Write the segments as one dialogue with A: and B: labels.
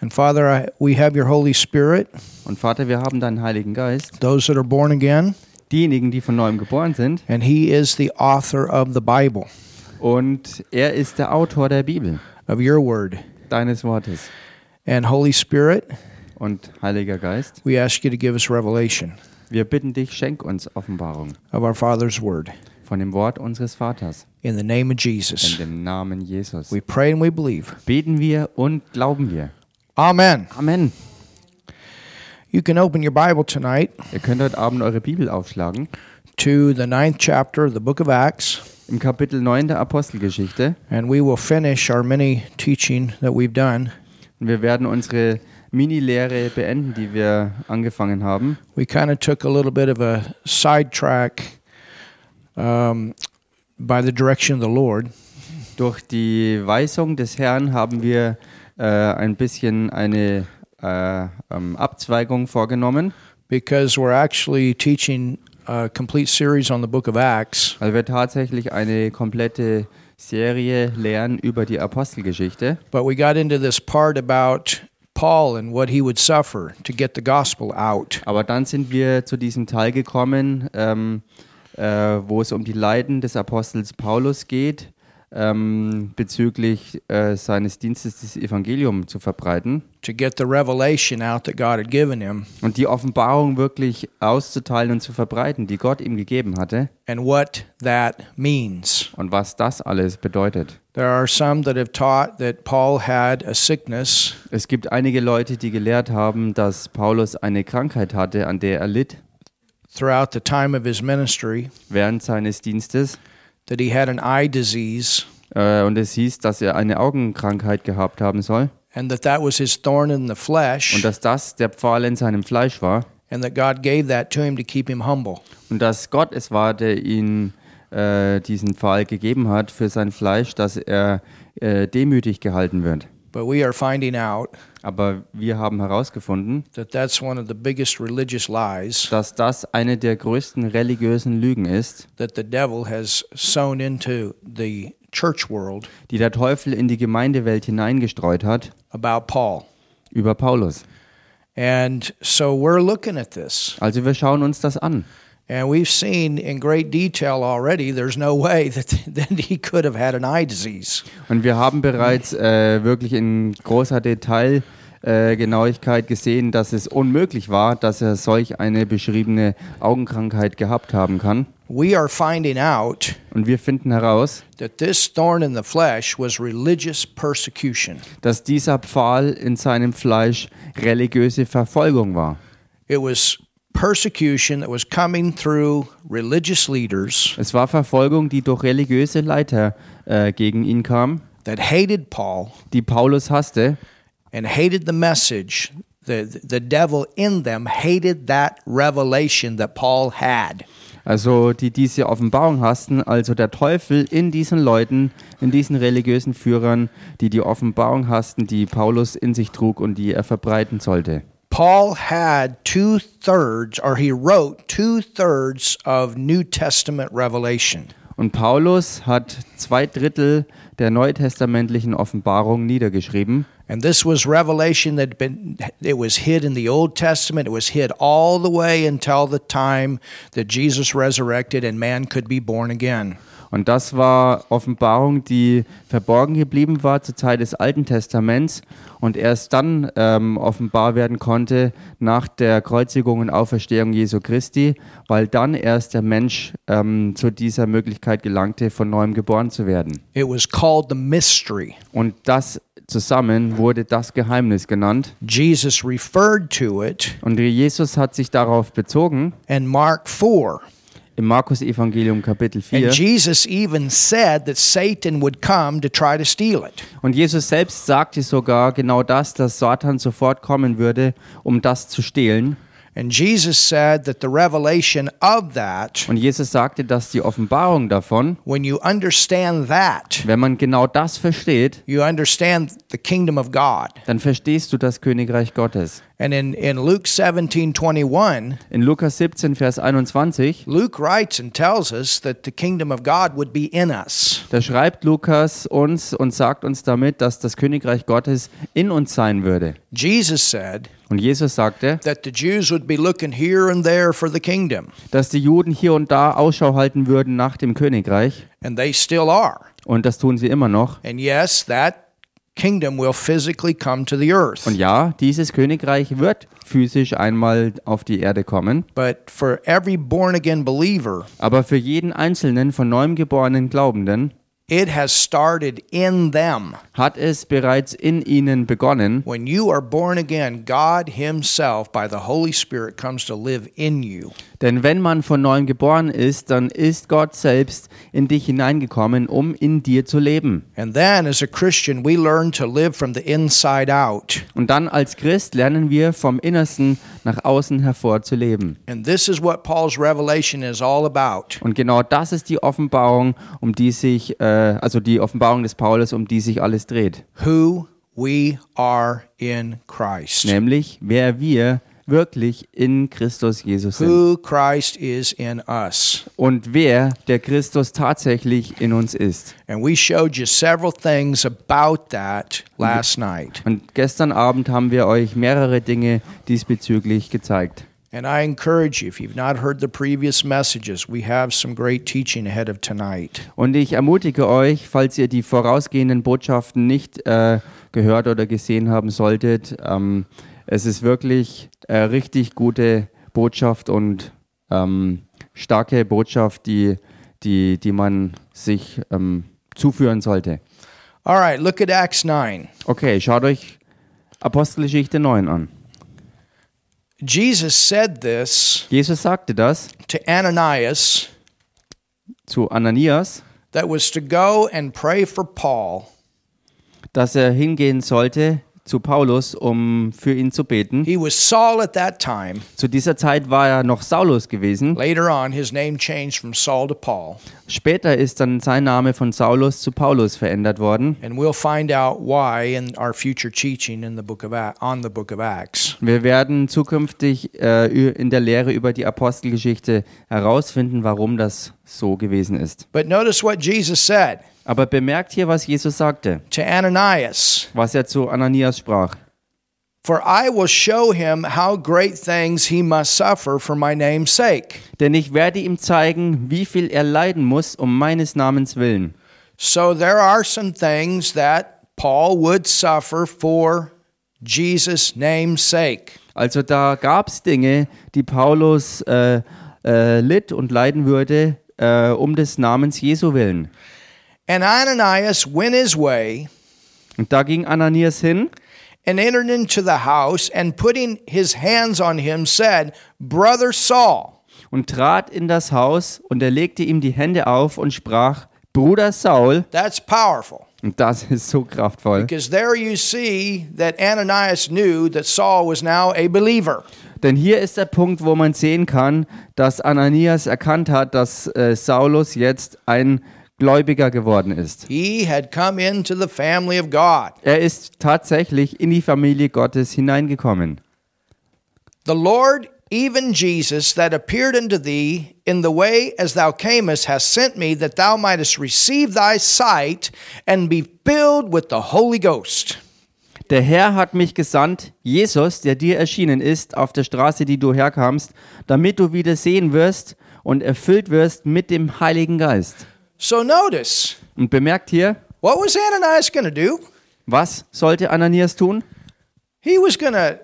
A: And Father, I, we have your Holy Spirit,
B: Und Vater, wir haben deinen Heiligen Geist,
A: those that are born again,
B: diejenigen, die von neuem geboren sind,
A: and He is the author of the Bible,
B: und er ist der Autor der Bibel,
A: of your word.
B: deines Wortes.
A: And Holy Spirit,
B: Und Heiliger Geist,
A: we ask you to give us revelation
B: wir bitten dich, schenk uns Offenbarung
A: of our Father's word.
B: von dem Wort unseres Vaters,
A: In the name of
B: in
A: Jesus,
B: dem Namen Jesus.
A: we pray and we believe.
B: Beten wir und glauben wir.
A: Amen.
B: Amen.
A: You can open your Bible tonight
B: Ihr könnt heute Abend eure Bibel aufschlagen
A: to the ninth chapter of the book of Acts,
B: im Kapitel 9 der Apostelgeschichte
A: and we will finish our mini teaching that we've done.
B: und wir werden unsere Mini-Lehre beenden, die wir angefangen haben.
A: We kind of took a little bit of a sidetrack um, by the direction of the Lord.
B: Durch die Weisung des Herrn haben wir äh, ein bisschen eine äh, ähm, Abzweigung vorgenommen.
A: because we're actually teaching a complete series on the book of Acts.
B: Also wir tatsächlich eine komplette Serie lernen über die Apostelgeschichte.
A: But we got into this part about Paul and what he would suffer to get the gospel out.
B: Aber dann sind wir zu diesem Teil gekommen, ähm, äh, wo es um die Leiden des Apostels Paulus geht, ähm, bezüglich äh, seines Dienstes, das Evangelium zu verbreiten
A: To get the revelation out that God had given him
B: und die Offenbarung wirklich auszuteilen und zu verbreiten, die Gott ihm gegeben hatte
A: and what that means.
B: und was das alles bedeutet.
A: There are some that have taught that Paul had a sickness
B: Es gibt einige Leute, die gelehrt haben, dass Paulus eine Krankheit hatte, an der er litt
A: throughout the time of his ministry,
B: während seines Dienstes.
A: that he had an eye disease,
B: Äh, und es hieß, dass er eine Augenkrankheit gehabt haben soll.
A: and that that was his thorn in the
B: Und
A: flesh,
B: dass das der Pfahl in seinem Fleisch war.
A: and that God gave that to him to keep him humble.
B: Und dass Gott es war, der ihn äh, diesen Pfahl gegeben hat für sein Fleisch, dass er äh, demütig gehalten wird.
A: But we are finding out
B: Aber wir haben herausgefunden,
A: that that's one of the biggest religious lies
B: dass das eine der größten religiösen Lügen ist,
A: that the devil has sown into the church world
B: die der Teufel in die Gemeindewelt hineingestreut hat
A: about Paul.
B: über Paulus.
A: And so we're looking at this,
B: Also wir schauen uns das an.
A: and we've seen in great detail already there's no way that, that he could have had an eye disease.
B: Und wir haben bereits äh, wirklich in großer Detailgenauigkeit äh, Genauigkeit gesehen, dass es unmöglich war, dass er solch eine beschriebene Augenkrankheit gehabt haben kann.
A: We are finding out
B: Und wir finden heraus,
A: that this thorn in the flesh was religious persecution,
B: dass dieser Pfahl in seinem Fleisch religiöse Verfolgung war.
A: it was persecution that was coming through religious leaders
B: Es war Verfolgung, die durch religiöse Leiter äh, gegen ihn kam,
A: that hated Paul.
B: die Paulus hasste
A: and hated the message. The, the devil in them hated that revelation that Paul had.
B: Also die diese Offenbarung hassten, also der Teufel in diesen Leuten, in diesen religiösen Führern, die die Offenbarung hassten, die Paulus in sich trug und die er verbreiten sollte.
A: Paul had two thirds, or he wrote two thirds of New Testament revelation.
B: Und Paulus hat zwei Drittel der neutestamentlichen Offenbarung niedergeschrieben.
A: And this was revelation that had been, it was hid in the Old Testament. It was hid all the way until the time that Jesus resurrected and man could be born again.
B: Und das war Offenbarung, die verborgen geblieben war zur Zeit des Alten Testaments und erst dann ähm, offenbar werden konnte nach der Kreuzigung und Auferstehung Jesu Christi, weil dann erst der Mensch ähm, zu dieser Möglichkeit gelangte, von neuem geboren zu werden.
A: It was called the mystery.
B: Und das zusammen wurde das Geheimnis genannt.
A: Jesus referred to it
B: Und Jesus hat sich darauf bezogen
A: in Mark 4.
B: im Markus Evangelium Kapitel 4.
A: And Jesus even said that Satan would come to try to steal it.
B: Und Jesus selbst sagte sogar genau das, dass Satan sofort kommen würde, um das zu stehlen.
A: And Jesus said that the revelation of that,
B: Und Jesus sagte, dass die Offenbarung davon,
A: when you understand that,
B: wenn man genau das versteht,
A: you understand the kingdom of God.
B: dann verstehst du das Königreich Gottes.
A: And in, in Luke 17 21,
B: In Lukas 17, Vers 21,
A: Luke writes and tells us that the kingdom of God would be in us.
B: da schreibt Lukas uns und sagt uns damit, dass das Königreich Gottes in uns sein würde.
A: Jesus said
B: Und Jesus sagte,
A: that the Jews would be looking here and there for the kingdom,
B: dass die Juden hier und da Ausschau halten würden nach dem Königreich.
A: and they still are.
B: Und das tun sie immer noch.
A: And yes, that kingdom will physically come to the earth.
B: Und ja, dieses Königreich wird physisch einmal auf die Erde kommen.
A: But for every born again believer,
B: Aber für jeden einzelnen von neuem geborenen Glaubenden
A: it has started in them.
B: hat es bereits in ihnen begonnen.
A: When you are born again, God Himself, by the Holy Spirit, comes to live in you.
B: Denn wenn man von neuem geboren ist, dann ist Gott selbst in dich hineingekommen, um in dir zu leben.
A: And then, as a Christian, we learn to live from the inside out.
B: Und dann als Christ lernen wir vom Innersten nach außen hervor zu leben.
A: And this is what Paul's revelation is all about.
B: Und genau das ist die Offenbarung, um die sich, äh, also die Offenbarung des Paulus, um die sich alles dreht.
A: who we are in Christ.
B: Nämlich, wer wir wirklich in Christus Jesus sind.
A: Who Christ is in us.
B: Und wer der Christus tatsächlich in uns ist.
A: And we showed you several things about that last night.
B: Und gestern Abend haben wir euch mehrere Dinge diesbezüglich gezeigt.
A: And I encourage you, if you've not heard the previous messages, we have some great teaching ahead of tonight.
B: Und ich ermutige euch, falls ihr die vorausgehenden Botschaften nicht äh, gehört oder gesehen haben solltet, ähm, es ist wirklich äh, richtig gute Botschaft und ähm, starke Botschaft, die, die, die man sich ähm, zuführen sollte.
A: All right, look at Acts 9.
B: Okay, schaut euch Apostelgeschichte 9 an.
A: Jesus said this
B: Jesus sagte das
A: to Ananias
B: zu Ananias,
A: that was to go and pray for Paul.
B: dass er hingehen sollte zu Paulus, um für ihn zu beten.
A: He was Saul at that time.
B: Zu dieser Zeit war er noch Saulus gewesen.
A: Later on, his name changed from Saul to Paul.
B: Später ist dann sein Name von Saulus zu Paulus verändert worden.
A: And we'll find out why in our future teaching in the book of Ac- on the book of Acts.
B: Wir werden zukünftig äh, ü- in der Lehre über die Apostelgeschichte herausfinden, warum das so gewesen ist.
A: But notice what Jesus said
B: Aber bemerkt hier, was Jesus sagte,
A: to Ananias,
B: was er zu Ananias sprach.
A: for I will show him how great things he must suffer for my name's sake.
B: Denn ich werde ihm zeigen, wie viel er leiden muss um meines Namens willen.
A: So there are some things that Paul would suffer for Jesus' name's sake.
B: Also da gab es Dinge, die Paulus äh, äh, litt und leiden würde, äh, um des Namens Jesu willen.
A: And Ananias went his way
B: Und da ging Ananias hin
A: and entered into the house and putting his hands on him said, Brother Saul.
B: und trat in das Haus und er legte ihm die Hände auf und sprach, Bruder Saul,
A: That's powerful.
B: und das ist so kraftvoll,
A: Because there you see that Ananias knew that Saul was now a believer.
B: denn hier ist der Punkt, wo man sehen kann, dass Ananias erkannt hat, dass äh, Saulus jetzt ein Gläubiger geworden ist.
A: He had come into the family of God.
B: Er ist tatsächlich in die Familie Gottes hineingekommen.
A: The Lord, even Jesus, that appeared unto thee in the way as thou camest, has sent me that thou mightest receive thy sight and be filled with the Holy Ghost.
B: Der Herr hat mich gesandt, Jesus, der dir erschienen ist, auf der Straße, die du herkamst, damit du wieder sehen wirst und erfüllt wirst mit dem Heiligen Geist.
A: So notice,
B: Und bemerkt hier,
A: what was Ananias going to do?
B: was sollte Ananias tun?
A: He was going to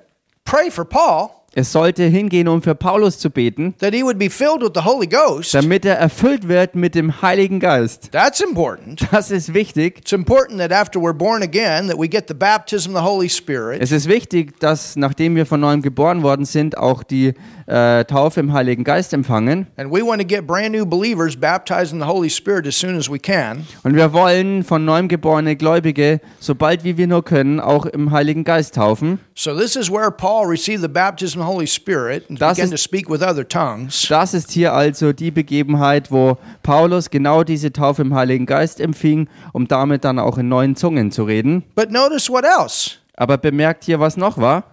A: pray for Paul
B: Er sollte hingehen, um für Paulus zu beten,
A: that he would be filled with the Holy Ghost.
B: damit er erfüllt wird mit dem Heiligen Geist.
A: That's important.
B: Das ist wichtig.
A: It's important that after we're born again that we get the baptism of the Holy Spirit.
B: Es ist wichtig, dass nachdem wir von neuem geboren worden sind, auch die äh, Taufe im Heiligen Geist empfangen.
A: And we want to get brand new believers baptized in the Holy Spirit as soon as we can.
B: Und wir wollen von neuem geborene Gläubige, sobald wie wir nur können, auch im Heiligen Geist taufen.
A: So this is where Paul received the baptism of the Holy Spirit and
B: Das
A: began
B: ist-
A: to speak with other tongues.
B: Das ist hier also die Begebenheit, wo Paulus genau diese Taufe im Heiligen Geist empfing, um damit dann auch in neuen Zungen zu reden.
A: But notice what else?
B: Aber bemerkt hier, was noch war?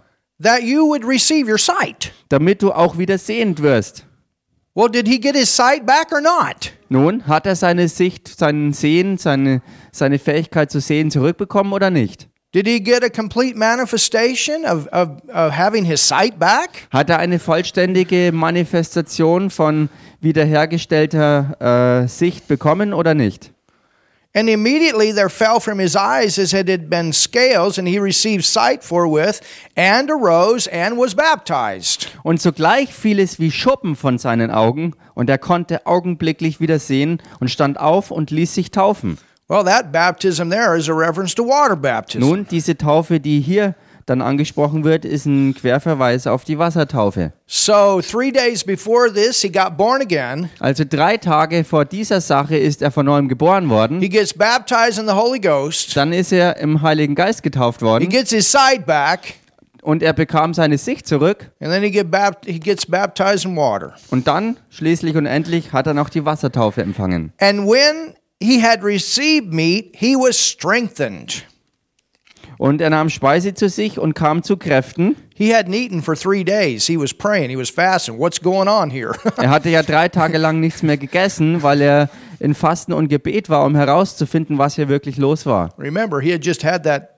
A: That you would receive your sight.
B: Damit du auch wieder sehend wirst.
A: Well, did he get his sight back or not?
B: Nun, hat er seine Sicht, seinen Sehen, seine, seine Fähigkeit zu sehen zurückbekommen oder nicht?
A: Did he get a complete manifestation of, of, of having his sight back?
B: Hat er eine vollständige Manifestation von wiederhergestellter äh, Sicht bekommen oder nicht?
A: And immediately there fell from his eyes as it had been scales, and he received sight forthwith, and arose and was baptized.
B: Und sogleich fiel es wie Schuppen von seinen Augen, und er konnte augenblicklich wieder sehen und stand auf und ließ sich taufen.
A: Well, that baptism there is a reference to water baptism.
B: Nun, diese Taufe, die hier dann angesprochen wird, ist ein Querverweis auf die Wassertaufe.
A: So, three days before this, he got born again.
B: Also drei Tage vor dieser Sache ist er von neuem geboren worden.
A: He gets baptized in the Holy Ghost.
B: Dann ist er im Heiligen Geist getauft
A: He
B: worden
A: gets his sight back,
B: und er bekam seine Sicht zurück.
A: and then he, get bap- he gets baptized in water.
B: Und dann, schließlich und endlich, hat er noch die Wassertaufe empfangen.
A: And when he had received meat, he was strengthened.
B: Und er nahm Speise zu sich und kam zu Kräften.
A: He hadn't eaten for three days. He was praying. He was fasting. What's going on here?
B: Er hatte ja drei Tage lang nichts mehr gegessen, weil er in Fasten und Gebet war, um herauszufinden, was hier wirklich los war.
A: Remember, he had just had that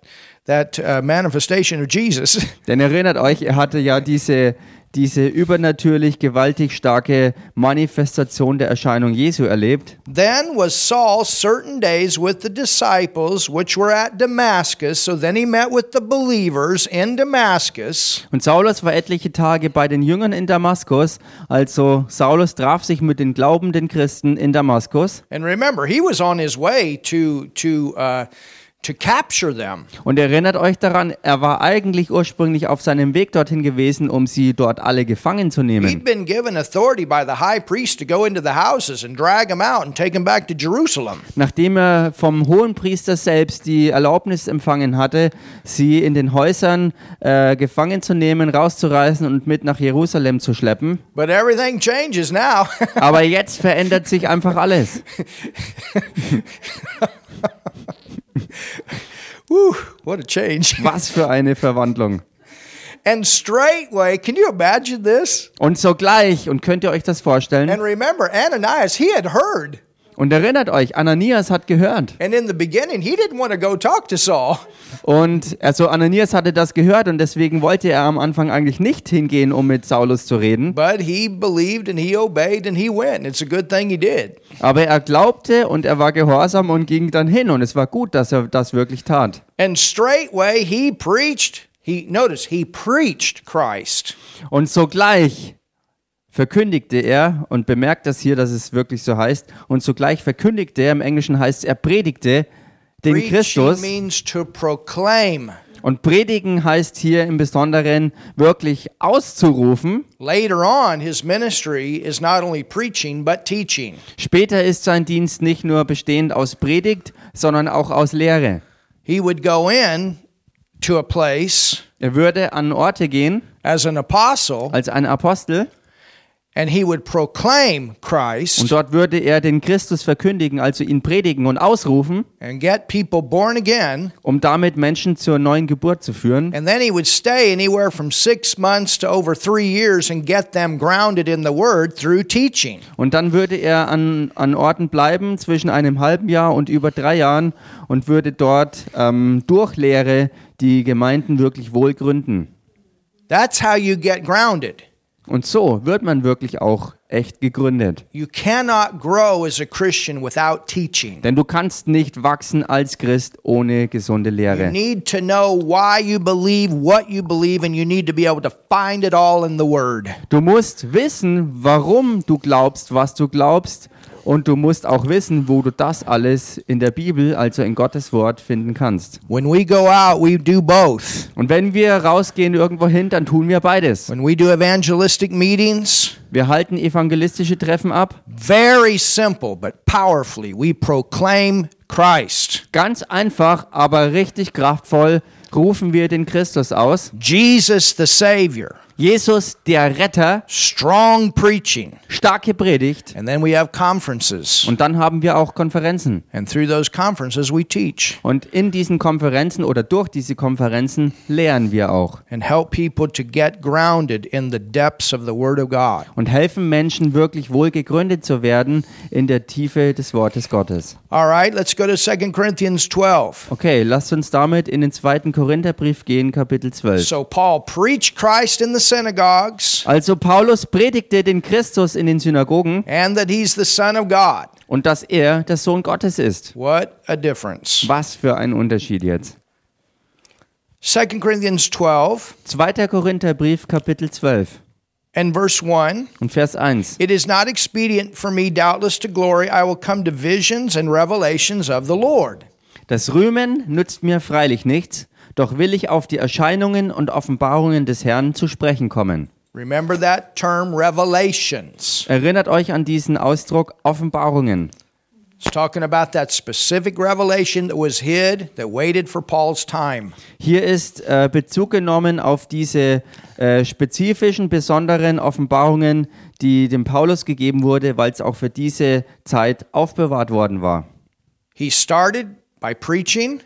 A: that uh, manifestation of Jesus.
B: Denn erinnert euch, er hatte ja diese, diese übernatürlich gewaltig starke Manifestation der Erscheinung Jesu erlebt.
A: then was Saul certain days with the disciples which were at Damascus. So then he met with the believers in Damascus.
B: Und Saulus war etliche Tage bei den Jüngern in Damaskus. Also Saulus traf sich mit den glaubenden Christen in Damaskus.
A: And remember, he was on his way to to uh, to capture them.
B: Und erinnert euch daran, er war eigentlich ursprünglich auf seinem Weg dorthin gewesen, um sie dort alle gefangen zu nehmen.
A: He'd been given authority by the high priest to go into the houses and drag them out and take them back to Jerusalem.
B: Nachdem er vom Hohenpriester selbst die Erlaubnis empfangen hatte, sie in den Häusern äh, gefangen zu nehmen, rauszureißen und mit nach Jerusalem zu schleppen.
A: But everything changes now.
B: Aber jetzt verändert sich einfach alles.
A: Whew, what a change.
B: Was für eine Verwandlung.
A: And straightway, can you imagine this?
B: Und sogleich, und könnt ihr euch das vorstellen?
A: And remember, Ananias, he had heard.
B: Und erinnert euch, Ananias hat gehört.
A: And in the beginning, he didn't want to go talk to Saul.
B: Und also Ananias hatte das gehört und deswegen wollte er am Anfang eigentlich nicht hingehen, um mit Saulus zu reden.
A: But he believed and he obeyed and he went. It's a good thing he did.
B: Aber er glaubte und er war gehorsam und ging dann hin. Und es war gut, dass er das wirklich tat.
A: And straightway, he preached. He notice he preached Christ.
B: Und sogleich verkündigte er und bemerkt das hier, dass es wirklich so heißt. Und sogleich verkündigte er, im Englischen heißt es, er predigte den
A: Preaching
B: Christus.
A: means to proclaim.
B: Und predigen heißt hier im Besonderen wirklich auszurufen.
A: Later on, his ministry is not only preaching but teaching.
B: Später ist sein Dienst nicht nur bestehend aus Predigt, sondern auch aus Lehre.
A: He would go in to a place
B: Er würde an Orte gehen
A: as an apostle
B: als ein Apostel
A: and he would proclaim
B: und
A: Christ
B: dort würde er den Christus verkündigen, also ihn predigen und ausrufen,
A: and get people born again.
B: um damit Menschen zur neuen Geburt zu führen.
A: And then he would stay anywhere from six months to over three years and get them grounded in the word through teaching.
B: Und dann würde er an, an Orten bleiben zwischen einem halben Jahr und über drei Jahren und würde dort ähm, durch Lehre die Gemeinden wirklich wohl gründen.
A: That's how you get grounded.
B: Und so wird man wirklich auch echt gegründet.
A: You cannot grow as a Christian without teaching.
B: Denn du kannst nicht wachsen als Christ ohne gesunde
A: You
B: Lehre.
A: need to know why you believe what you believe, and you need to be able to find it all in the Word.
B: Du musst wissen, warum du glaubst, was du glaubst. Und du musst auch wissen, wo du das alles in der Bibel, also in Gottes Wort, finden kannst.
A: When we go out, we do both.
B: Und wenn wir rausgehen irgendwo hin, dann tun wir beides.
A: When we do evangelistic meetings,
B: Wir halten evangelistische Treffen ab.
A: very simple but powerfully, we proclaim Christ.
B: Ganz einfach, aber richtig kraftvoll rufen wir den Christus aus.
A: Jesus the Savior,
B: Jesus, der Retter,
A: strong preaching.
B: starke Predigt.
A: And then we have conferences.
B: Und dann haben wir auch Konferenzen.
A: And through those conferences, we teach
B: Und in diesen Konferenzen oder durch diese Konferenzen lehren wir auch
A: and help people to get grounded in the depths of the Word of God.
B: und helfen Menschen wirklich wohl gegründet zu werden in der Tiefe des Wortes Gottes.
A: All right, let's go to 2 Corinthians 12.
B: Okay, lasst uns damit in den zweiten Korintherbrief gehen, Kapitel 12.
A: So Paul preached Christ in the synagogues
B: Also Paulus predigte den Christus in den Synagogen
A: and that he's the Son of God.
B: und dass er der Sohn Gottes ist.
A: What a difference.
B: Was für ein Unterschied jetzt.
A: 2 Corinthians 12
B: 2. Korintherbrief, Kapitel 12
A: and verse 1.
B: und Vers 1.
A: It is not expedient for me, doubtless, to glory. I will come to visions and revelations of the Lord.
B: Das Rühmen nützt mir freilich nichts, doch will ich auf die Erscheinungen und Offenbarungen des Herrn zu sprechen kommen.
A: Remember that term, revelations.
B: Erinnert euch an diesen Ausdruck Offenbarungen.
A: It's talking about that specific revelation that was hid, that waited for Paul's time.
B: Hier ist äh, Bezug genommen auf diese äh, spezifischen, besonderen Offenbarungen, die dem Paulus gegeben wurde, weil es auch für diese Zeit aufbewahrt worden war.
A: He started by preaching,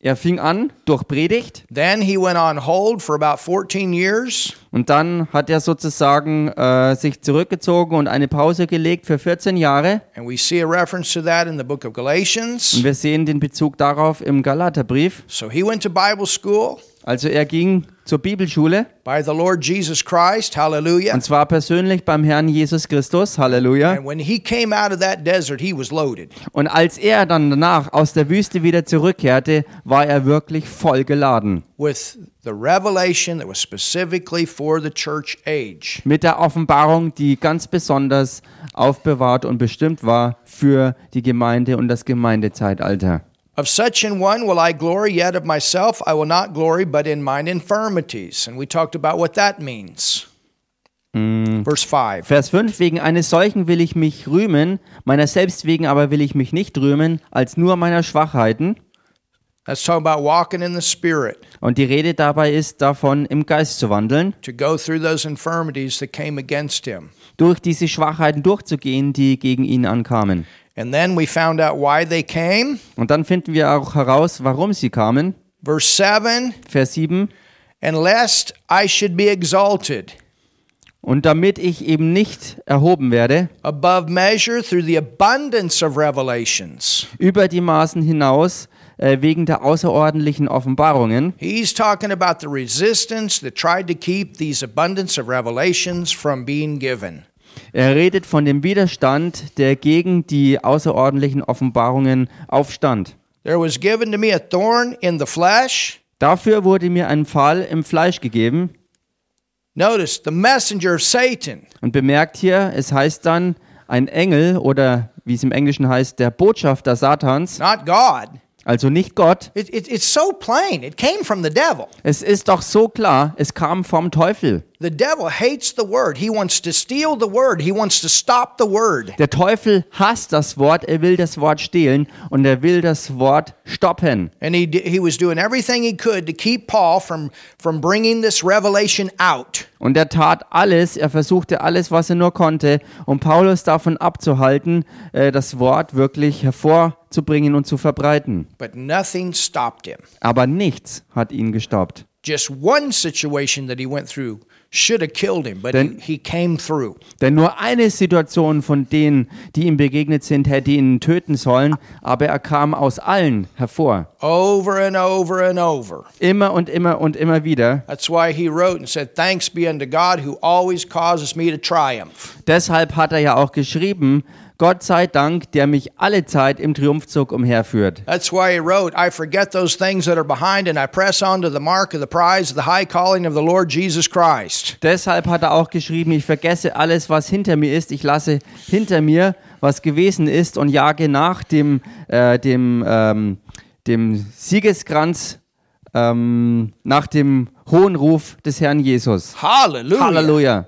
B: Er fing an durch Predigt
A: then he went on hold for about 14 years,
B: und dann hat er sozusagen äh, sich zurückgezogen und eine Pause gelegt für 14 Jahre.
A: and we see a reference to that in the book of
B: Und
A: Galatians.
B: wir sehen den Bezug darauf im Galaterbrief.
A: So he went to Bible school
B: Also er ging zur Bibelschule
A: by the Lord Jesus Christ, hallelujah.
B: und zwar persönlich beim Herrn Jesus Christus, Halleluja.
A: And when he came out of that desert, he was loaded.
B: Und als er dann danach aus der Wüste wieder zurückkehrte, war er wirklich voll geladen
A: with the revelation that was specifically for the church age.
B: mit der Offenbarung, die ganz besonders aufbewahrt und bestimmt war für die Gemeinde und das Gemeindezeitalter.
A: Of such an one will I glory, yet of myself I will not glory, but in mine infirmities. And we talked about what that means. Verse 5.
B: Vers 5, wegen eines solchen will ich mich rühmen, meiner selbst wegen aber will ich mich nicht rühmen, als nur meiner Schwachheiten.
A: That's talking about walking in the Spirit
B: Und die Rede dabei ist davon, im Geist zu wandeln,
A: to go through those infirmities that came against him.
B: durch diese Schwachheiten durchzugehen, die gegen ihn ankamen.
A: And then we found out why they came.
B: Und dann finden wir auch heraus, warum sie kamen.
A: Verse 7
B: Vers 7.
A: And lest I should be exalted
B: Und damit ich eben nicht erhoben werde,
A: above measure through the abundance of revelations.
B: über die Maßen hinaus, äh, wegen der außerordentlichen Offenbarungen.
A: He's talking about the resistance that tried to keep these abundance of revelations from being given.
B: Er redet von dem Widerstand, der gegen die außerordentlichen Offenbarungen aufstand.
A: There was given to me a thorn in the flesh.
B: Dafür wurde mir ein Pfahl im Fleisch gegeben.
A: Notice the messenger of Satan,
B: Und bemerkt hier, es heißt dann ein Engel oder wie es im Englischen heißt, der Botschafter Satans,
A: not God.
B: also nicht Gott.
A: It, it, it's so plain. It came from the devil.
B: Es ist doch so klar, es kam vom Teufel.
A: The devil hates the word. He wants to steal the word. He wants to stop the word.
B: Der Teufel hasst das Wort, er will das Wort stehlen und er will das Wort stoppen.
A: And he, d- he was doing everything he could to keep Paul from, from bringing this revelation out.
B: Und er tat alles, er versuchte alles, was er nur konnte, um Paulus davon abzuhalten, äh, das Wort wirklich hervorzubringen und zu verbreiten.
A: But nothing stopped him.
B: Aber nichts hat ihn gestoppt.
A: just one situation that he went through should have killed him, but he,
B: Then-
A: he came through.
B: Denn nur eine Situation von denen, die ihm begegnet sind, hätte ihn töten sollen, aber er kam aus allen hervor.
A: Over and over and over.
B: Immer und immer und immer wieder.
A: That's why he wrote and said, Thanks be unto God who always causes me to triumph.
B: Deshalb hat er ja auch geschrieben, Gott sei Dank, der mich alle Zeit im Triumphzug umherführt.
A: That's why he wrote, I forget those things that are behind and I press on to the mark of the prize of the high calling of the Lord Jesus Christ.
B: Deshalb hat er auch geschrieben, ich vergesse alles, was hinter mir ist, ich lasse hinter mir, was gewesen ist und jage nach dem, äh, dem, ähm, dem Siegeskranz, ähm, nach dem hohen Ruf des Herrn Jesus.
A: Hallelujah.
B: Halleluja.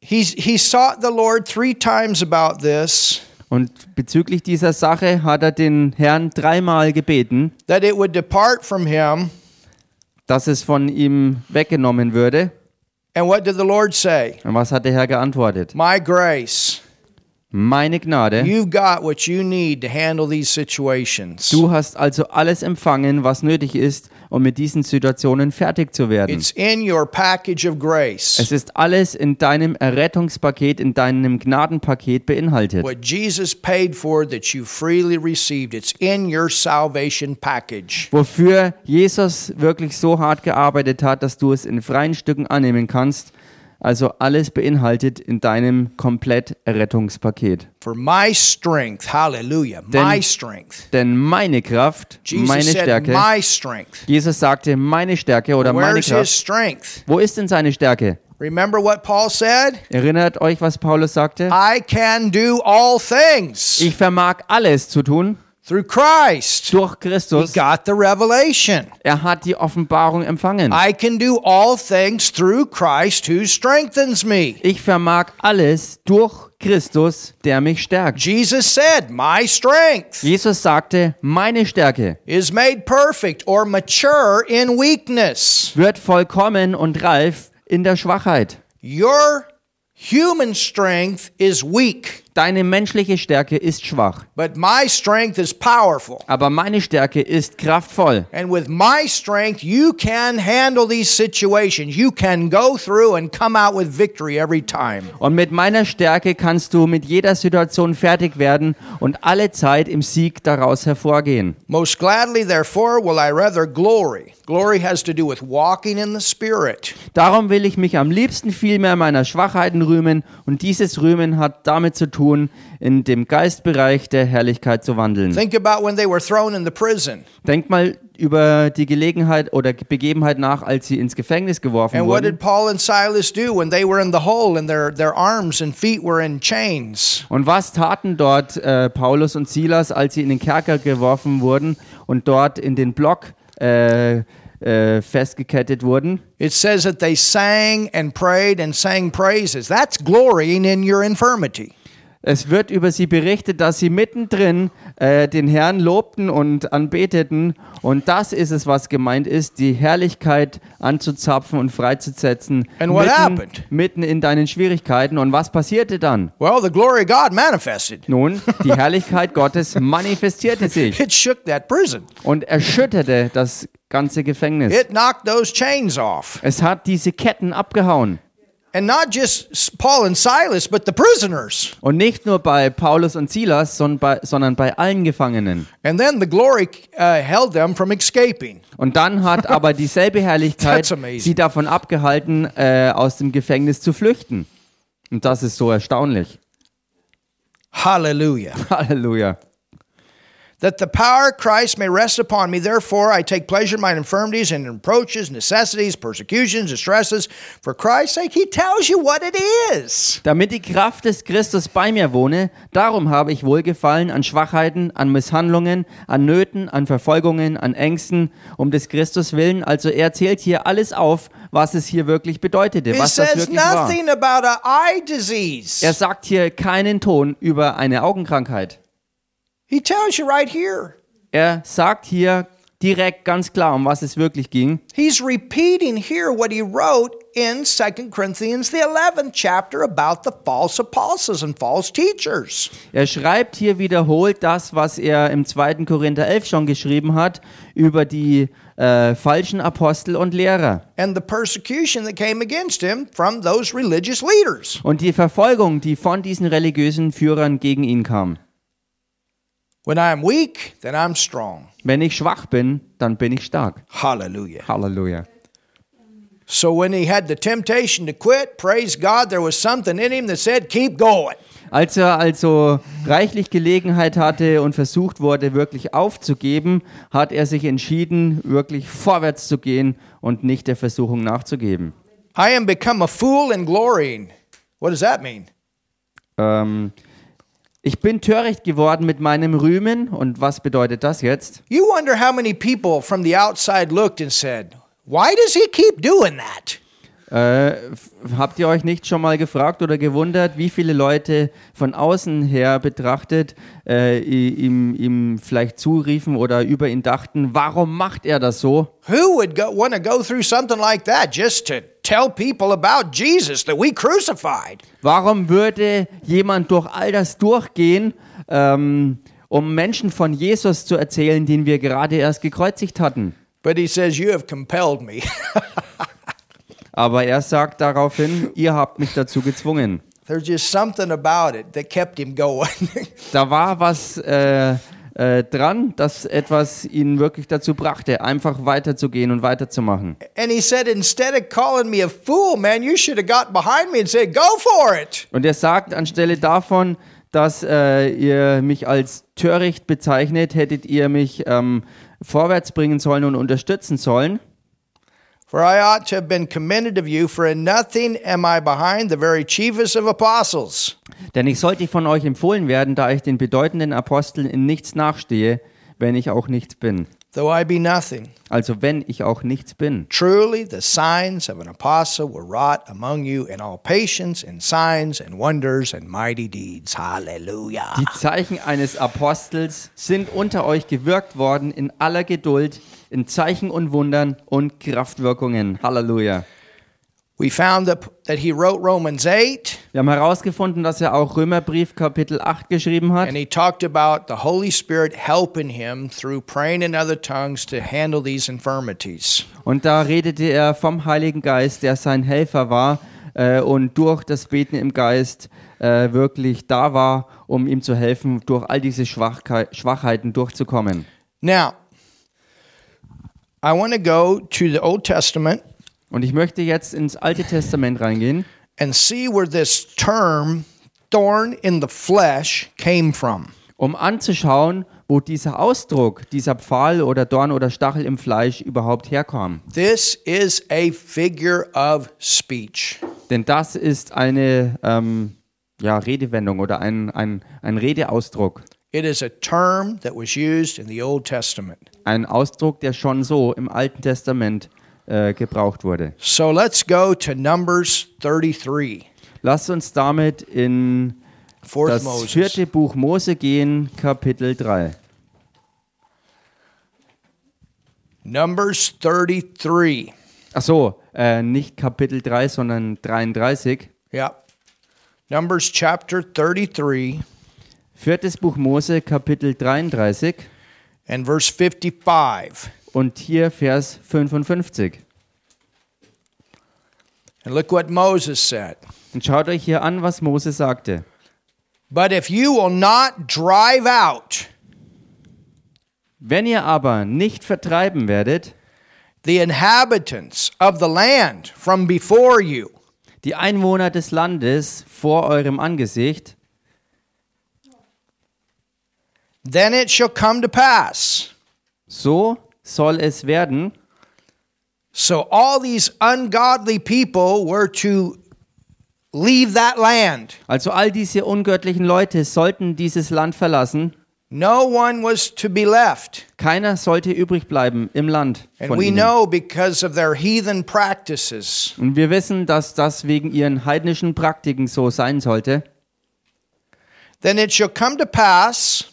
A: He's, he sought the Lord three times about this,
B: Und bezüglich dieser Sache hat er den Herrn dreimal gebeten,
A: that it would depart from him.
B: dass es von ihm weggenommen würde.
A: And what did the Lord say?
B: Und was hat der Herr geantwortet?
A: My grace.
B: Meine Gnade,
A: You've got what you need to handle these situations.
B: du hast also alles empfangen, was nötig ist, um mit diesen Situationen fertig zu werden.
A: It's in your package of grace.
B: Es ist alles in deinem Errettungspaket, in deinem Gnadenpaket beinhaltet.
A: What Jesus paid for that you freely received. It's in your salvation package.
B: Wofür Jesus wirklich so hart gearbeitet hat, dass du es in freien Stücken annehmen kannst. Also alles beinhaltet in deinem komplett Errettungspaket.
A: For my strength, hallelujah, my strength.
B: Denn meine Kraft, meine
A: Jesus said,
B: Stärke,
A: my strength.
B: Jesus sagte, meine Stärke oder meine
A: Where's his
B: Kraft.
A: strength?
B: Wo ist denn seine Stärke?
A: Remember what Paul said?
B: Erinnert euch, was Paulus sagte?
A: I can do all things
B: Ich vermag alles zu tun
A: through Christ.
B: durch
A: He
B: Christus.
A: got the revelation.
B: Er hat die Offenbarung empfangen.
A: I can do all things through Christ who strengthens me.
B: Ich vermag alles durch Christus, der mich stärkt.
A: Jesus said, My strength
B: Jesus sagte, meine Stärke
A: is made perfect or mature in weakness.
B: wird vollkommen und reif in der Schwachheit.
A: Your human strength is weak,
B: Deine menschliche Stärke ist schwach,
A: but my strength is powerful.
B: aber meine Stärke ist kraftvoll.
A: And with my strength, you can handle these situations. You can go through and come out with victory every time.
B: Und mit meiner Stärke kannst du mit jeder Situation fertig werden und alle Zeit im Sieg daraus hervorgehen.
A: Most gladly, therefore, will I rather glory. Glory has to do with walking in the Spirit.
B: Darum will ich mich am liebsten vielmehr meiner Schwachheiten rühmen und dieses Rühmen hat damit zu tun, in dem Geistbereich der Herrlichkeit zu wandeln.
A: Think about when they were thrown in the prison.
B: Denk mal über die Gelegenheit oder Begebenheit nach, als sie ins Gefängnis geworfen
A: And what
B: wurden.
A: did Paul and Silas do when they were in the hole and their, their arms and feet were in chains?
B: Und was taten dort äh, Paulus und Silas, als sie in den Kerker geworfen wurden und dort in den Block äh, äh, festgekettet wurden?
A: It says that they sang and prayed and sang praises. That's glorying in your infirmity.
B: Es wird über sie berichtet, dass sie mittendrin äh, den Herrn lobten und anbeteten. Und das ist es, was gemeint ist, die Herrlichkeit anzuzapfen und freizusetzen.
A: And what
B: mitten,
A: happened?
B: mitten in deinen Schwierigkeiten. Und was passierte dann?
A: Well, the glory of God manifested.
B: Nun, die Herrlichkeit Gottes manifestierte sich
A: It shook that prison.
B: und erschütterte das ganze Gefängnis.
A: It knocked those chains off.
B: Es hat diese Ketten abgehauen.
A: And not just S- Paul and Silas, but the prisoners.
B: Und nicht nur bei Paulus und Silas, sondern bei, sondern bei allen Gefangenen.
A: And then the glory uh, held them from escaping.
B: Und dann hat aber dieselbe Herrlichkeit
A: That's amazing.
B: sie davon abgehalten, äh, aus dem Gefängnis zu flüchten. Und das ist so erstaunlich.
A: Hallelujah.
B: Halleluja.
A: that the power of Christ may rest upon me. Therefore, I take pleasure in my infirmities and in reproaches, necessities, persecutions, distresses. For Christ's sake, He tells you what it is.
B: Damit die Kraft des Christus bei mir wohne, darum habe ich Wohlgefallen an Schwachheiten, an Misshandlungen, an Nöten, an Verfolgungen, an Ängsten, um des Christus willen. Also er zählt hier alles auf, was es hier wirklich bedeutete,
A: He
B: was das
A: says
B: wirklich war.
A: nothing about an eye disease.
B: Er sagt hier keinen Ton über eine Augenkrankheit.
A: He tells you right here.
B: Er sagt hier direkt ganz klar, um was es wirklich ging.
A: He's repeating here what he wrote in 2 Corinthians, the 11th chapter, about the false apostles and false teachers.
B: Er schreibt hier wiederholt das, was er im 2. Korinther 11 schon geschrieben hat, über die äh, falschen Apostel und Lehrer
A: And the persecution that came against him from those religious leaders.
B: und die Verfolgung, die von diesen religiösen Führern gegen ihn kam.
A: When I'm weak, then I'm strong.
B: Wenn ich schwach bin, dann bin ich stark.
A: Hallelujah.
B: Halleluja.
A: So when he had the temptation to quit, praise God, there was something in him that said, keep going.
B: Als er also reichlich Gelegenheit hatte und versucht wurde, wirklich aufzugeben, hat er sich entschieden, wirklich vorwärts zu gehen und nicht der Versuchung nachzugeben.
A: I am become a fool and glorying. What does that mean?
B: Ähm, ich bin töricht geworden mit meinem Rühmen. Und was bedeutet das jetzt?
A: You wonder how many people from the outside looked and said, why does he keep doing that?
B: Äh, f- habt ihr euch nicht schon mal gefragt oder gewundert, wie viele Leute von außen her betrachtet äh, i- ihm, ihm vielleicht zuriefen oder über ihn dachten, warum macht er das so?
A: Who would go, want to go through something like that just to tell people about Jesus that we crucified?
B: Warum würde jemand durch all das durchgehen, ähm, um Menschen von Jesus zu erzählen, den wir gerade erst gekreuzigt hatten?
A: But he says, You have compelled me.
B: Aber er sagt daraufhin, ihr habt mich dazu gezwungen.
A: There's just something about it that kept him going.
B: Da war was äh, äh, dran, das etwas ihn wirklich dazu brachte, einfach weiterzugehen und weiterzumachen.
A: and he said, Instead of calling me a fool, man, you should have got behind me and said, Go for it.
B: Und er sagt, anstelle davon, dass äh, ihr mich als töricht bezeichnet, hättet ihr mich ähm, vorwärts bringen sollen und unterstützen sollen.
A: For I ought to have been commended of you, for in nothing am I behind the very chiefest of apostles.
B: Denn ich sollte von euch empfohlen werden, da ich den bedeutenden Aposteln in nichts nachstehe, wenn ich auch nichts bin.
A: Though I be nothing,
B: Also wenn ich auch nichts bin.
A: truly the signs of an apostle were wrought among you in all patience and signs and wonders and mighty deeds. Hallelujah.
B: Die Zeichen eines Apostels sind unter euch gewirkt worden in aller Geduld, in Zeichen und Wundern und Kraftwirkungen. Halleluja.
A: We found that, that he wrote Romans 8
B: Wir haben herausgefunden, dass er auch Römerbrief Kapitel 8 geschrieben hat.
A: and he talked about the Holy Spirit helping him through praying in other tongues to handle these infirmities.
B: Und da redete er vom Heiligen Geist, der sein Helfer war äh, und durch das Beten im Geist äh, wirklich da war, um ihm zu helfen, durch all diese Schwachkei Schwachheiten durchzukommen.
A: Now, I want to go to the Old Testament
B: Und ich möchte jetzt ins Alte Testament reingehen
A: and see where this term thorn in the flesh came from.
B: um anzuschauen, wo dieser Ausdruck, dieser Pfahl oder Dorn oder Stachel im Fleisch überhaupt herkam.
A: This is a figure of speech.
B: Denn das ist eine ähm, ja, Redewendung oder ein, ein, ein Redeausdruck.
A: It is a term that was used in the Old Testament.
B: Ein Ausdruck, der schon so im Alten Testament äh, gebraucht wurde.
A: So let's go to Numbers 33,
B: Lasst uns damit in
A: fourth
B: das
A: Moses.
B: vierte Buch Mose gehen, Kapitel 3.
A: Numbers 33.
B: Ach so, äh, nicht Kapitel 3, sondern 33.
A: Yep. Numbers chapter 33
B: Viertes Buch Mose, Kapitel 33
A: and verse 55.
B: und hier Vers 55.
A: And look what Moses said.
B: Und schaut euch hier an, was Mose sagte.
A: But if you will not drive out
B: Wenn ihr aber nicht vertreiben werdet,
A: the inhabitants of the land from before you,
B: die Einwohner des Landes vor eurem Angesicht,
A: then it shall come to pass.
B: so soll es werden,
A: So all these ungodly people were to leave that land.
B: Also all diese ungöttlichen Leute sollten dieses Land verlassen.
A: No one was to be left.
B: Keiner sollte übrig bleiben im Land
A: And
B: von
A: we
B: ihnen.
A: know because of their heathen practices.
B: Und wir wissen, dass das wegen ihren heidnischen Praktiken so sein sollte.
A: Then it shall come to pass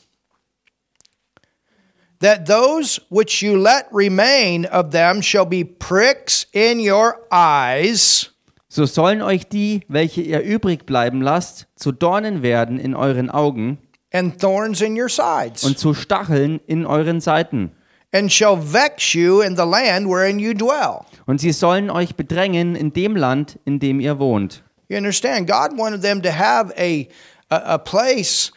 A: that those which you let remain of them shall be pricks in your eyes.
B: So sollen euch die, welche ihr übrig bleiben lasst, zu Dornen werden in euren Augen
A: and thorns in your sides,
B: und zu Stacheln in euren Seiten.
A: and shall vex you in the land wherein you dwell.
B: Und sie sollen euch bedrängen in dem Land, in dem ihr wohnt.
A: You understand? God wanted them to have a, a, a place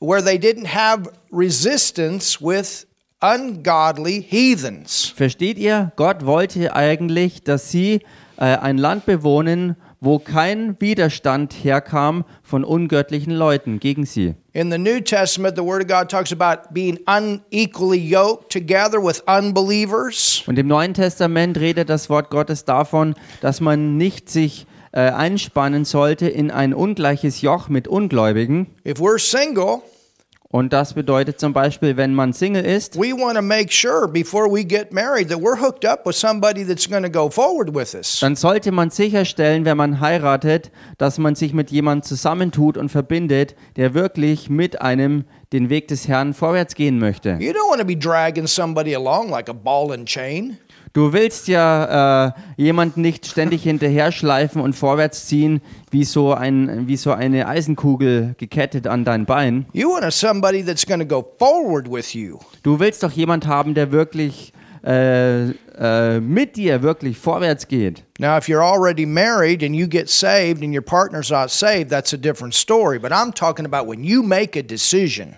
A: where they didn't have resistance with ungodly heathens.
B: Versteht ihr? Gott wollte eigentlich, dass sie äh, ein Land bewohnen, wo kein Widerstand herkam von ungöttlichen Leuten gegen sie.
A: In the New Testament, the Word of God talks about being unequally yoked together with unbelievers.
B: Und im Neuen Testament redet das Wort Gottes davon, dass man nicht sich äh, einspannen sollte in ein ungleiches Joch mit Ungläubigen.
A: If we're single,
B: Und das bedeutet zum Beispiel, wenn man Single ist,
A: We want to make sure before we get married that we're hooked up with somebody that's going to go forward with us.
B: dann sollte man sicherstellen, wenn man heiratet, dass man sich mit jemandem zusammentut und verbindet, der wirklich mit einem den Weg des Herrn vorwärts gehen möchte.
A: You don't want to be dragging somebody along like a ball and chain.
B: Du willst ja äh, jemanden nicht ständig hinterher schleifen und vorwärts ziehen, wie so, ein, wie so eine Eisenkugel gekettet an dein Bein.
A: You want a somebody that's going to go forward with you.
B: Du willst doch jemand haben, der wirklich äh, äh, mit dir wirklich vorwärts geht.
A: Now, if you're already married and you get saved and your partner's not saved, that's a different story. But I'm talking about when you make a decision.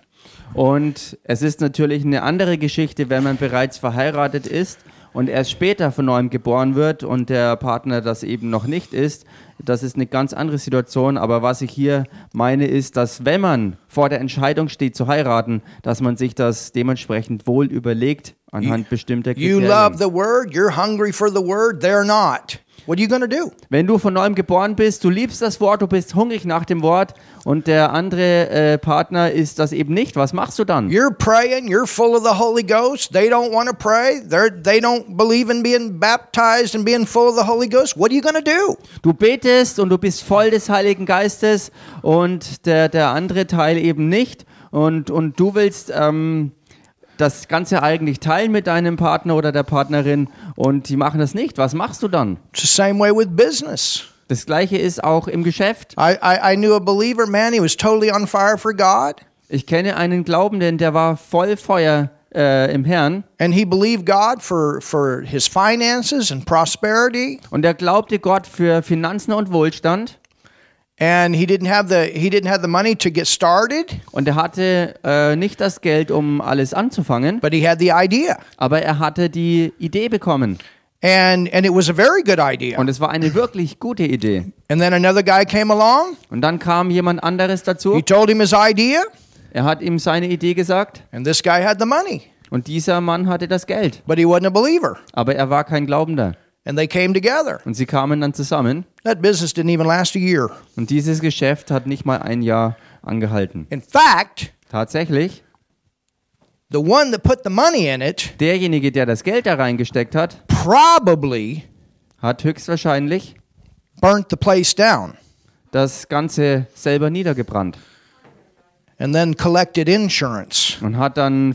B: Und es ist natürlich eine andere Geschichte, wenn man bereits verheiratet ist und erst später von neuem geboren wird und der Partner das eben noch nicht ist. Das ist eine ganz andere Situation. Aber was ich hier meine, ist, dass wenn man vor der Entscheidung steht zu heiraten, dass man sich das dementsprechend wohl überlegt anhand bestimmter
A: You love
B: Kriterien.
A: the word, you're hungry for the word, they're not. What are you going to do?
B: Wenn du von neuem geboren bist, du liebst das Wort, du bist hungrig nach dem Wort und der andere äh, Partner ist das eben nicht. Was machst du dann?
A: You're praying, you're full of the Holy Ghost, they don't want to pray, they're, they don't believe in being baptized and being full of the Holy Ghost. What are you going to do?
B: Du betest und du bist voll des Heiligen Geistes und der, der andere Teil eben nicht. Und, und du willst ähm, das Ganze eigentlich teilen mit deinem Partner oder der Partnerin und die machen das nicht. Was machst du dann?
A: It's the same way with business.
B: Das gleiche ist auch im Geschäft.
A: I, I, I knew a believer, man, he was totally on fire for God,
B: Ich kenne einen Glaubenden, der war voll Feuer äh, im Herrn
A: and he believed God for, for his finances and prosperity.
B: und der glaubte Gott für Finanzen und Wohlstand.
A: And he didn't have the he didn't have the money to get started,
B: Und er hatte äh, nicht das Geld, um alles anzufangen,
A: but he had the idea.
B: aber er hatte die Idee bekommen.
A: And and it was a very good idea.
B: Und es war eine wirklich gute Idee.
A: And then another guy came along.
B: Und dann kam jemand anderes dazu.
A: He told him his idea,
B: Er hat ihm seine Idee gesagt.
A: and this guy had the money,
B: Und dieser Mann hatte das Geld.
A: but he wasn't a believer.
B: Aber er war kein Glaubender.
A: And they came together.
B: Und sie kamen dann zusammen.
A: That business didn't even last a year.
B: Und dieses Geschäft hat nicht mal ein Jahr angehalten.
A: In fact,
B: Tatsächlich,
A: the one that put the money in it
B: derjenige, der das Geld da reingesteckt hat,
A: probably
B: hat höchstwahrscheinlich
A: burnt the place down
B: das Ganze selber niedergebrannt.
A: and then collected insurance.
B: Und hat dann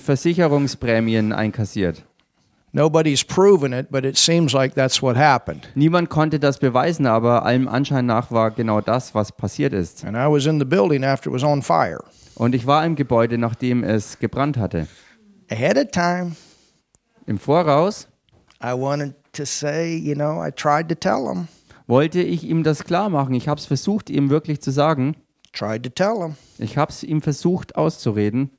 B: Versicherungsprämien einkassiert.
A: Nobody's proven it, but it seems like that's what happened.
B: Niemand konnte das beweisen, aber allem Anschein nach war genau das, was passiert ist.
A: And I was in the building after it was on fire.
B: Und ich war im Gebäude, nachdem es gebrannt hatte.
A: Ahead of time,
B: Im Voraus
A: I wanted to say, you know, I tried to tell them,
B: wollte ich ihm das klar machen. Ich habe es versucht, ihm wirklich zu sagen.
A: tried to tell them,
B: Ich habe es ihm versucht auszureden.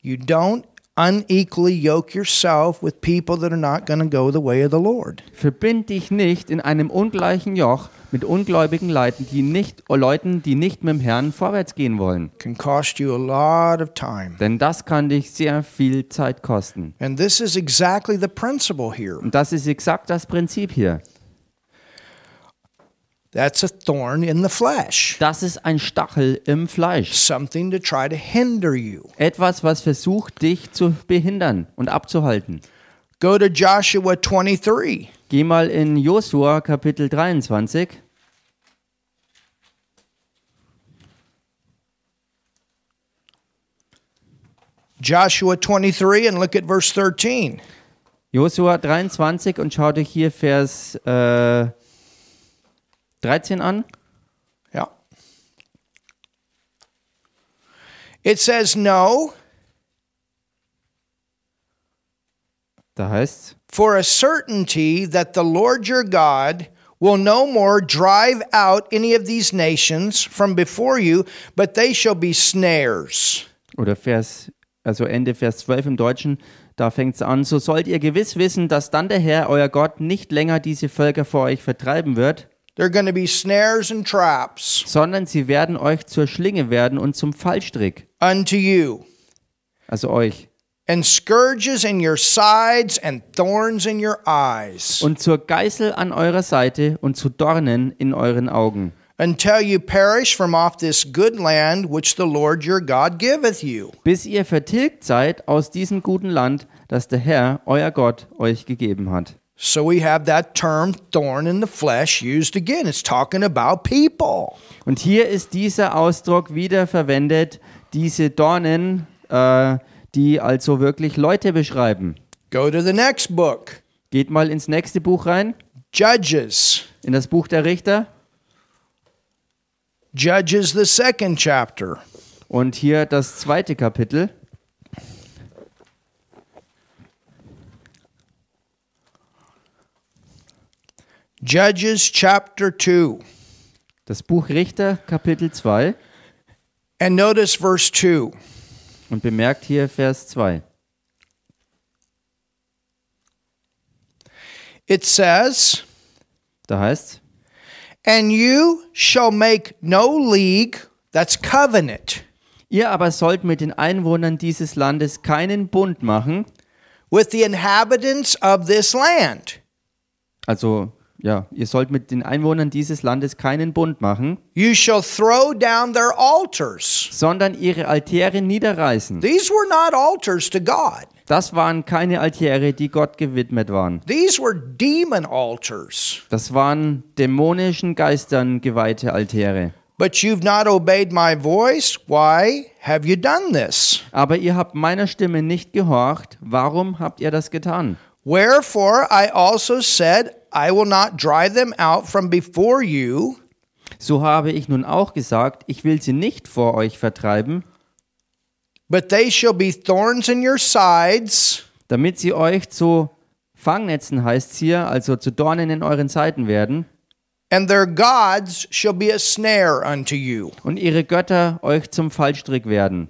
A: you don't unequally yoke yourself with people that are not going to go the way of the Lord.
B: Verbind dich nicht in einem ungleichen Joch mit ungläubigen Leuten, die nicht, Leuten, die nicht mit dem Herrn vorwärts gehen wollen.
A: Can cost you a lot of time.
B: Denn das kann dich sehr viel Zeit kosten.
A: And this is exactly the principle here.
B: Und das ist exakt das Prinzip hier.
A: That's a thorn in the flesh,
B: Das ist ein Stachel im Fleisch.
A: something to try to hinder you.
B: Etwas, was versucht, dich zu behindern und abzuhalten.
A: Go to Joshua 23.
B: Geh mal in Josua Kapitel 23.
A: Joshua 23 and look at verse 13.
B: Josua 23 und schau dich hier Vers äh, 13 an.
A: Yeah. It says, No,
B: Da heißt
A: for a certainty that the Lord your God will no more drive out any of these nations from before you, but they shall be snares.
B: oder Vers, also Ende Vers 12 im Deutschen, da fängt es an, so sollt ihr gewiss wissen, dass dann der Herr, euer Gott, nicht länger diese Völker vor euch vertreiben wird,
A: They're going to be snares and traps
B: sondern sie werden euch zur Schlinge werden und zum Fallstrick,
A: unto you,
B: also euch,
A: and scourges in your sides and thorns in your eyes.
B: und zur Geißel an eurer Seite und zu Dornen in euren Augen.
A: until you perish from off this good land which the Lord your God giveth you.
B: bis ihr vertilgt seid aus diesem guten Land, das der Herr, euer Gott, euch gegeben hat.
A: So we have that term thorn in the flesh used again. It's talking about people.
B: Und hier ist dieser Ausdruck wieder verwendet, diese Dornen, äh, die also wirklich Leute beschreiben.
A: Go to the next book,
B: Geht mal ins nächste Buch rein,
A: Judges.
B: in das Buch der Richter.
A: Judges, the second chapter.
B: Und hier das zweite Kapitel.
A: Judges chapter 2.
B: Das Buch Richter, Kapitel 2.
A: And notice verse 2.
B: Und bemerkt hier Vers 2.
A: It says,
B: Da heißt
A: And you shall make no league, that's covenant,
B: Ihr aber sollt mit den Einwohnern dieses Landes keinen Bund machen,
A: with the inhabitants of this land.
B: also ja, ihr sollt mit den Einwohnern dieses Landes keinen Bund machen,
A: You shall throw down their altars.
B: sondern ihre Altäre niederreißen.
A: These were not altars to God,
B: Das waren keine Altäre, die Gott gewidmet waren.
A: these were demon altars.
B: Das waren dämonischen Geistern geweihte Altäre.
A: But you've not obeyed my voice. Why have you done this?
B: Aber ihr habt meiner Stimme nicht gehorcht. Warum habt ihr das getan?
A: Wherefore I also said, I will not drive them out from before you.
B: So habe ich nun auch gesagt, ich will sie nicht vor euch vertreiben,
A: But they shall be thorns in your sides,
B: damit sie euch zu Fangnetzen heißt hier, also zu Dornen in euren Seiten werden,
A: and their gods shall be a snare unto you.
B: und ihre Götter euch zum Fallstrick werden.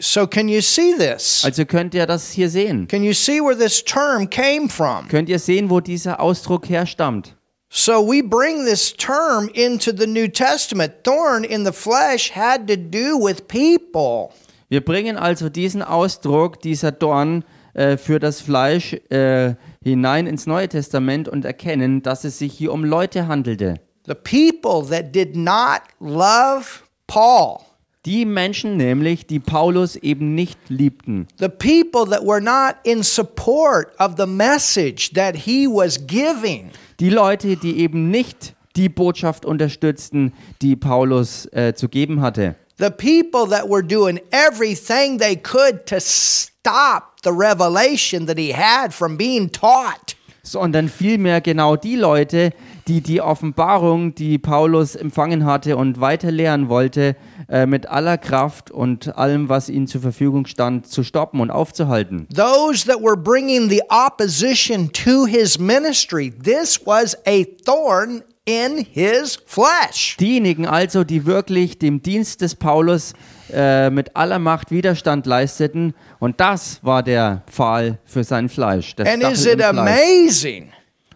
A: So, can you see this?
B: Also könnt ihr das hier sehen.
A: Can you see where this term came from?
B: Könnt ihr sehen, wo dieser Ausdruck herstammt.
A: So, we bring this term into the New Testament. Thorn in the flesh had to do with people.
B: Wir bringen also diesen Ausdruck, dieser Dorn äh, für das Fleisch äh, hinein ins Neue Testament und erkennen, dass es sich hier um Leute handelte.
A: The people that did not love Paul,
B: Die Menschen nämlich, die Paulus eben nicht liebten.
A: the people that were not in support of the message that he was giving.
B: Die Leute, die eben nicht die Botschaft unterstützten, die Paulus äh, zu geben hatte.
A: The people that were doing everything they could to stop the revelation that he had from being taught.
B: sondern vielmehr genau die Leute, die die Offenbarung, die Paulus empfangen hatte und weiter lehren wollte, äh, mit aller Kraft und allem, was ihnen zur Verfügung stand, zu stoppen und aufzuhalten.
A: Those that were bringing the opposition to his ministry, this was a thorn in his flesh.
B: Diejenigen also, die wirklich dem Dienst des Paulus äh, mit aller Macht Widerstand leisteten, und das war der Pfahl für sein Fleisch. Der
A: And is it
B: Stachel im Fleisch.
A: amazing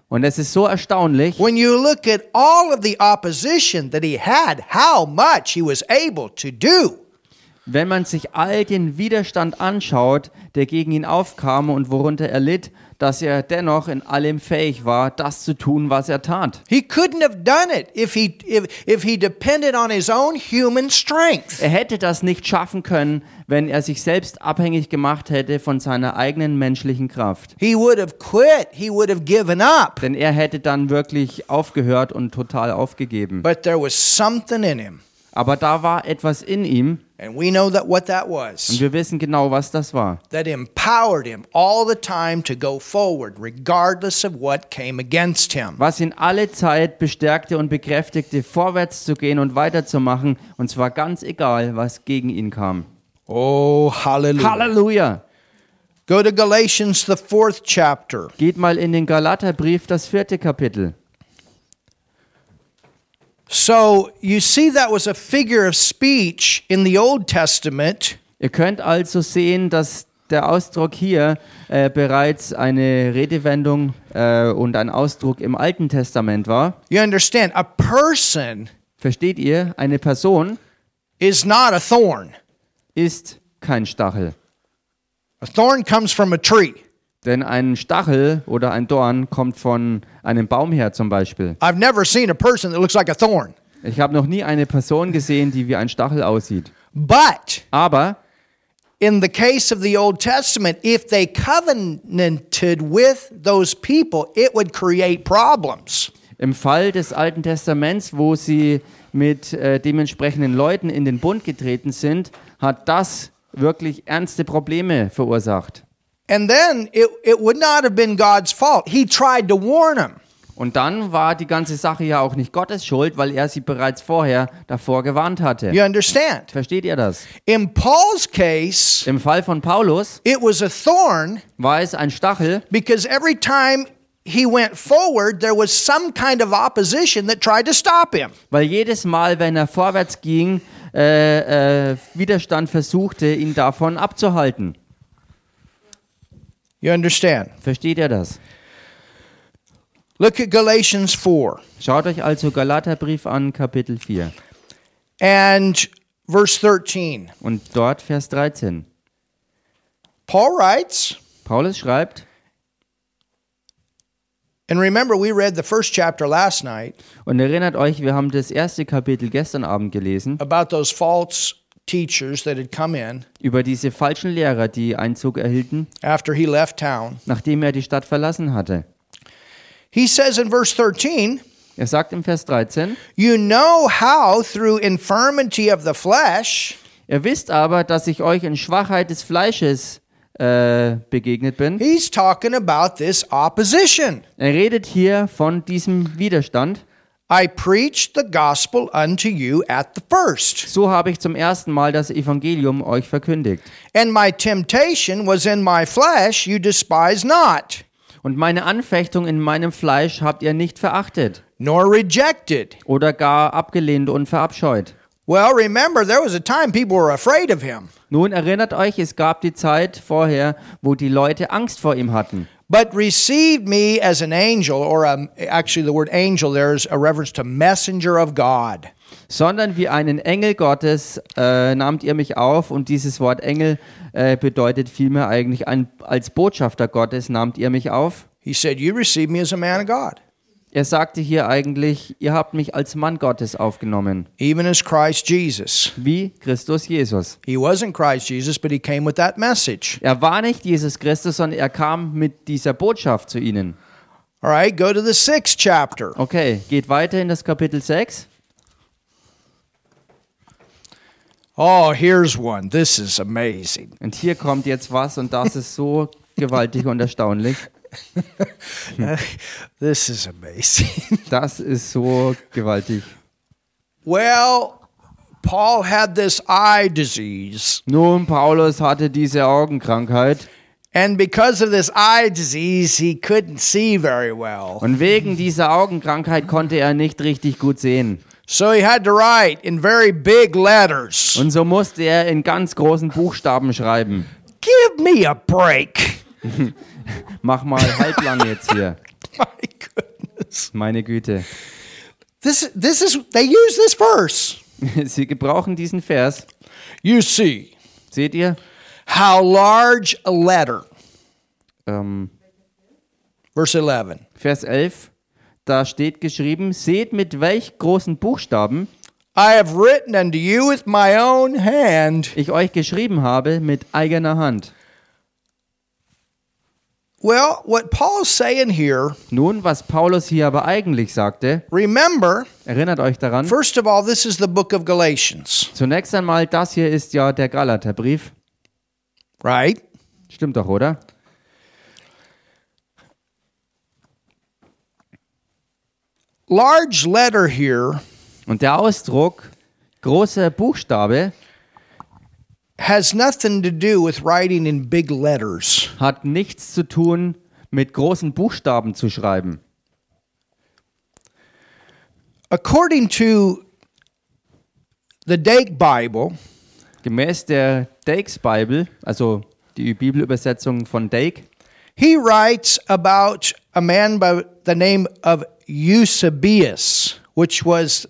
B: Und es ist so erstaunlich,
A: when you look at all of the opposition that he had, how much he was able to do?
B: Wenn man sich all den Widerstand anschaut, der gegen ihn aufkam und worunter er litt, dass er dennoch in allem fähig war, das zu tun, was er tat.
A: He couldn't have done it if he if, if he depended on his own human strength.
B: Er hätte das nicht schaffen können, wenn er sich selbst abhängig gemacht hätte von seiner eigenen menschlichen Kraft.
A: He would have quit. He would have given up.
B: Denn er hätte dann wirklich aufgehört und total aufgegeben.
A: But there was something in him.
B: Aber da war etwas in ihm,
A: And we know that what that
B: und
A: was
B: wir wissen genau, was das war,
A: that empowered him all the time to go forward, regardless of what came against him.
B: was ihn alle Zeit bestärkte und bekräftigte, vorwärts zu gehen und weiterzumachen, und zwar ganz egal, was gegen ihn kam.
A: Oh, hallelujah.
B: Halleluja!
A: Go to Galatians, the fourth chapter.
B: Geht mal in den Galaterbrief, das vierte Kapitel.
A: So you see, that was a figure of speech in the Old Testament
B: Ihr könnt also sehen, dass der Ausdruck hier äh, bereits eine Redewendung äh, und ein Ausdruck im Alten Testament war.
A: You understand? A person
B: Versteht ihr? Eine Person
A: is not a thorn.
B: ist kein Stachel.
A: A thorn comes from a tree.
B: Denn ein Stachel oder ein Dorn kommt von einem Baum her zum Beispiel.
A: I've never seen a person that looks like a thorn.
B: Ich habe noch nie eine Person gesehen, die wie ein Stachel aussieht.
A: But
B: Aber
A: in the case of the Old Testament, if they covenanted with those people, it would create problems.
B: im Fall des Alten Testaments, wo sie mit äh, dementsprechenden Leuten in den Bund getreten sind, hat das wirklich ernste Probleme verursacht.
A: And then it, it would not have been God's fault. He tried to warn them.
B: Und dann war die ganze Sache ja auch nicht Gottes Schuld, weil er sie bereits vorher davor gewarnt hatte.
A: You understand?
B: Versteht ihr das?
A: In Paul's case,
B: Im Fall von Paulus
A: it was a thorn
B: war es ein Stachel,
A: because every time he went forward, there was some kind of opposition that tried to stop him.
B: weil jedes Mal, wenn er vorwärts ging, äh, äh, Widerstand versuchte, ihn davon abzuhalten.
A: You understand?
B: Versteht ihr das?
A: Look at Galatians 4
B: Schaut euch also Galaterbrief an, Kapitel 4
A: and verse 13.
B: und dort Vers 13.
A: Paul writes,
B: Paulus schreibt,
A: and remember we read the first chapter last night
B: und erinnert euch, wir haben das erste Kapitel gestern Abend gelesen,
A: about those false teachers that had come in
B: über diese falschen Lehrer, die Einzug erhielten,
A: after he left town.
B: nachdem er die Stadt verlassen hatte.
A: He says in verse 13,
B: Er sagt im Vers 13,
A: You know how through infirmity of the flesh,
B: ihr wisst aber, dass ich euch in Schwachheit des Fleisches äh, begegnet bin.
A: he's talking about this opposition.
B: Er redet hier von diesem Widerstand.
A: I preached the gospel unto you at the first,
B: So habe ich zum ersten Mal das Evangelium euch verkündigt.
A: and my temptation was in my flesh, you despise not,
B: Und meine Anfechtung in meinem Fleisch habt ihr nicht verachtet
A: nor rejected.
B: oder gar abgelehnt und verabscheut.
A: Well, remember, there was a time people were afraid of him,
B: Nun erinnert euch, es gab die Zeit vorher, wo die Leute Angst vor ihm hatten.
A: but received me as an angel, or a, actually, the word angel there is a reference to messenger of God.
B: Sondern wie einen Engel Gottes äh, nahmt ihr mich auf und dieses Wort Engel äh, bedeutet vielmehr eigentlich ein, als Botschafter Gottes nahmt ihr mich auf.
A: He said, You received me as a man of God,
B: Er sagte hier eigentlich, ihr habt mich als Mann Gottes aufgenommen,
A: even as Christ Jesus.
B: wie Christus Jesus.
A: He wasn't Christ Jesus, but he came with that message.
B: Er war nicht Jesus Christus, sondern er kam mit dieser Botschaft zu ihnen.
A: All right, go to the sixth chapter.
B: Okay, geht weiter in das Kapitel 6.
A: Oh, here's one. This is amazing.
B: Und hier kommt jetzt was und das ist so gewaltig und erstaunlich.
A: this is amazing.
B: Das ist so gewaltig.
A: well, Paul had this eye disease.
B: Nun, Paulus hatte diese Augenkrankheit
A: And because of this eye disease, he couldn't see very well.
B: und wegen dieser Augenkrankheit konnte er nicht richtig gut sehen.
A: So he had to write in very big letters
B: Und so musste er in ganz großen Buchstaben schreiben.
A: Give me a break.
B: Mach mal halblang jetzt hier.
A: My goodness.
B: Meine Güte.
A: This, this is, they use this verse.
B: Sie gebrauchen diesen Vers.
A: You see
B: Seht ihr?
A: how large a letter.
B: Ähm,
A: Verse 11.
B: Vers 11. Da steht geschrieben, seht mit welch großen Buchstaben
A: I have written unto you with my own hand.
B: ich euch geschrieben habe mit eigener Hand.
A: Well, what Paul's saying here,
B: Nun, was Paulus hier aber eigentlich sagte,
A: remember,
B: erinnert euch daran,
A: first of all, this is the book of Galatians,
B: Zunächst einmal, das hier ist ja der Galaterbrief.
A: right?
B: Stimmt doch, oder?
A: Large letter here
B: Und der Ausdruck großer Buchstabe
A: has nothing to do with writing in big letters.
B: hat nichts zu tun mit großen Buchstaben zu schreiben.
A: According to the Dake Bible,
B: Gemäß der Dakes Bible, also die Bibelübersetzung von Dake,
A: he writes about a man by the name of Eusebius, which was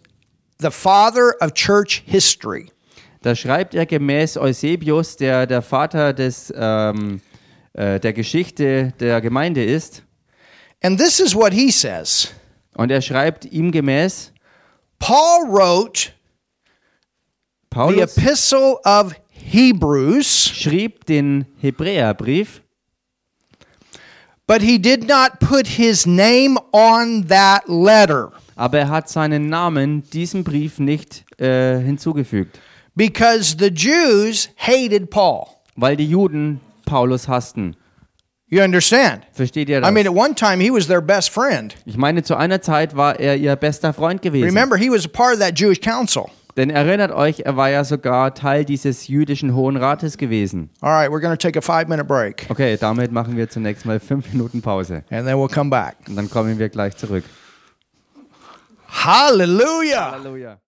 A: the father of church history.
B: da schreibt er gemäß Eusebius, der der Vater des, ähm, äh, der Geschichte der Gemeinde ist,
A: And this is what he says
B: und er schreibt ihm gemäß,
A: Paul wrote the
B: Paulus
A: epistle of Hebrews,
B: schrieb den Hebräerbrief,
A: but he did not put his name on that letter
B: aber er hat seinen Namen diesem Brief nicht äh, hinzugefügt,
A: because the Jews hated Paul.
B: weil die Juden Paulus hassten.
A: You understand?
B: Versteht ihr das?
A: I mean, at one time he was their best friend.
B: ich meine, zu einer Zeit war er ihr bester Freund gewesen.
A: Remember, he was a part of that Jewish council.
B: Denn erinnert euch, er war ja sogar Teil dieses jüdischen Hohen Rates gewesen.
A: All right, we're going to take a five minute break
B: Okay, damit machen wir zunächst mal fünf Minuten Pause.
A: and then we'll come back.
B: Und dann kommen wir gleich zurück.
A: Hallelujah.
B: Halleluja.